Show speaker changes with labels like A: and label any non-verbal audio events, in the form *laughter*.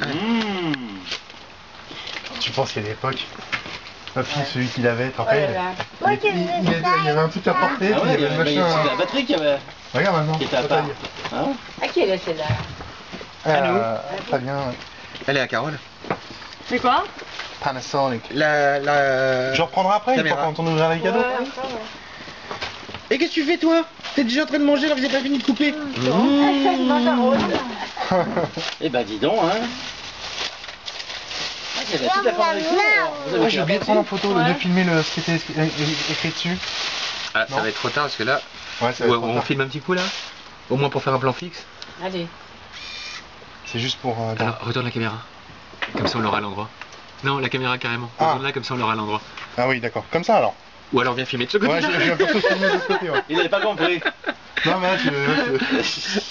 A: Mmh.
B: Tu penses qu'à l'époque, ma fille, celui qu'il avait, t'en rappelles Il
C: Moi,
B: était-
C: tu me
B: il-
C: fais
B: il était-
C: ça.
B: il y avait un truc à porter,
D: Ah
B: puis il
D: ouais,
B: y
D: il y
B: avait
D: avait-
B: le
D: mais il y a
B: machin.
D: de la batterie qui avait.
B: Regarde maintenant,
D: qui était à
B: ça
D: part.
B: taille.
D: Hein
C: À qui elle est celle-là
B: Euh, Pas bien, ouais.
A: Elle est à Carole.
E: C'est quoi
B: Panasonic.
A: La, la...
B: Je reprendrai après, une fois
A: Caméra.
B: quand on ouvrira les cadeaux.
A: Et qu'est-ce que tu fais toi T'es déjà en train de manger alors que j'ai pas fini de couper
D: Mmh. Eh ben dis donc, hein. Ah, il y avait toute la
C: Regarde,
D: forme
C: la
D: de
C: main.
D: Vous avez
B: *laughs* Ouais, j'ai oublié de prendre en photo, de
E: Ouais.
B: filmer le, ce qui était écrit- é- écrit dessus.
A: Ah,
B: Non.
A: ça va être trop tard parce que là,
B: Ouais, ça
A: Ouais,
B: va être trop
A: on
B: tard.
A: filme un petit coup là Au moins pour faire un plan fixe
E: Allez.
B: C'est juste pour... euh,
A: Alors, retourne la caméra. Comme ça on l'aura à l'endroit. Non, la caméra carrément.
B: Ah.
A: Retourne là comme ça on l'aura à l'endroit.
B: Ah oui, d'accord. Comme ça, alors.
A: Ou alors viens filmer de ce côté.
B: Ouais, j'ai j'ai un peu filmé de l'autre côté, ouais.
D: Il n'avait pas compris.
A: *laughs*
B: Non, mais là, tu... là, tu-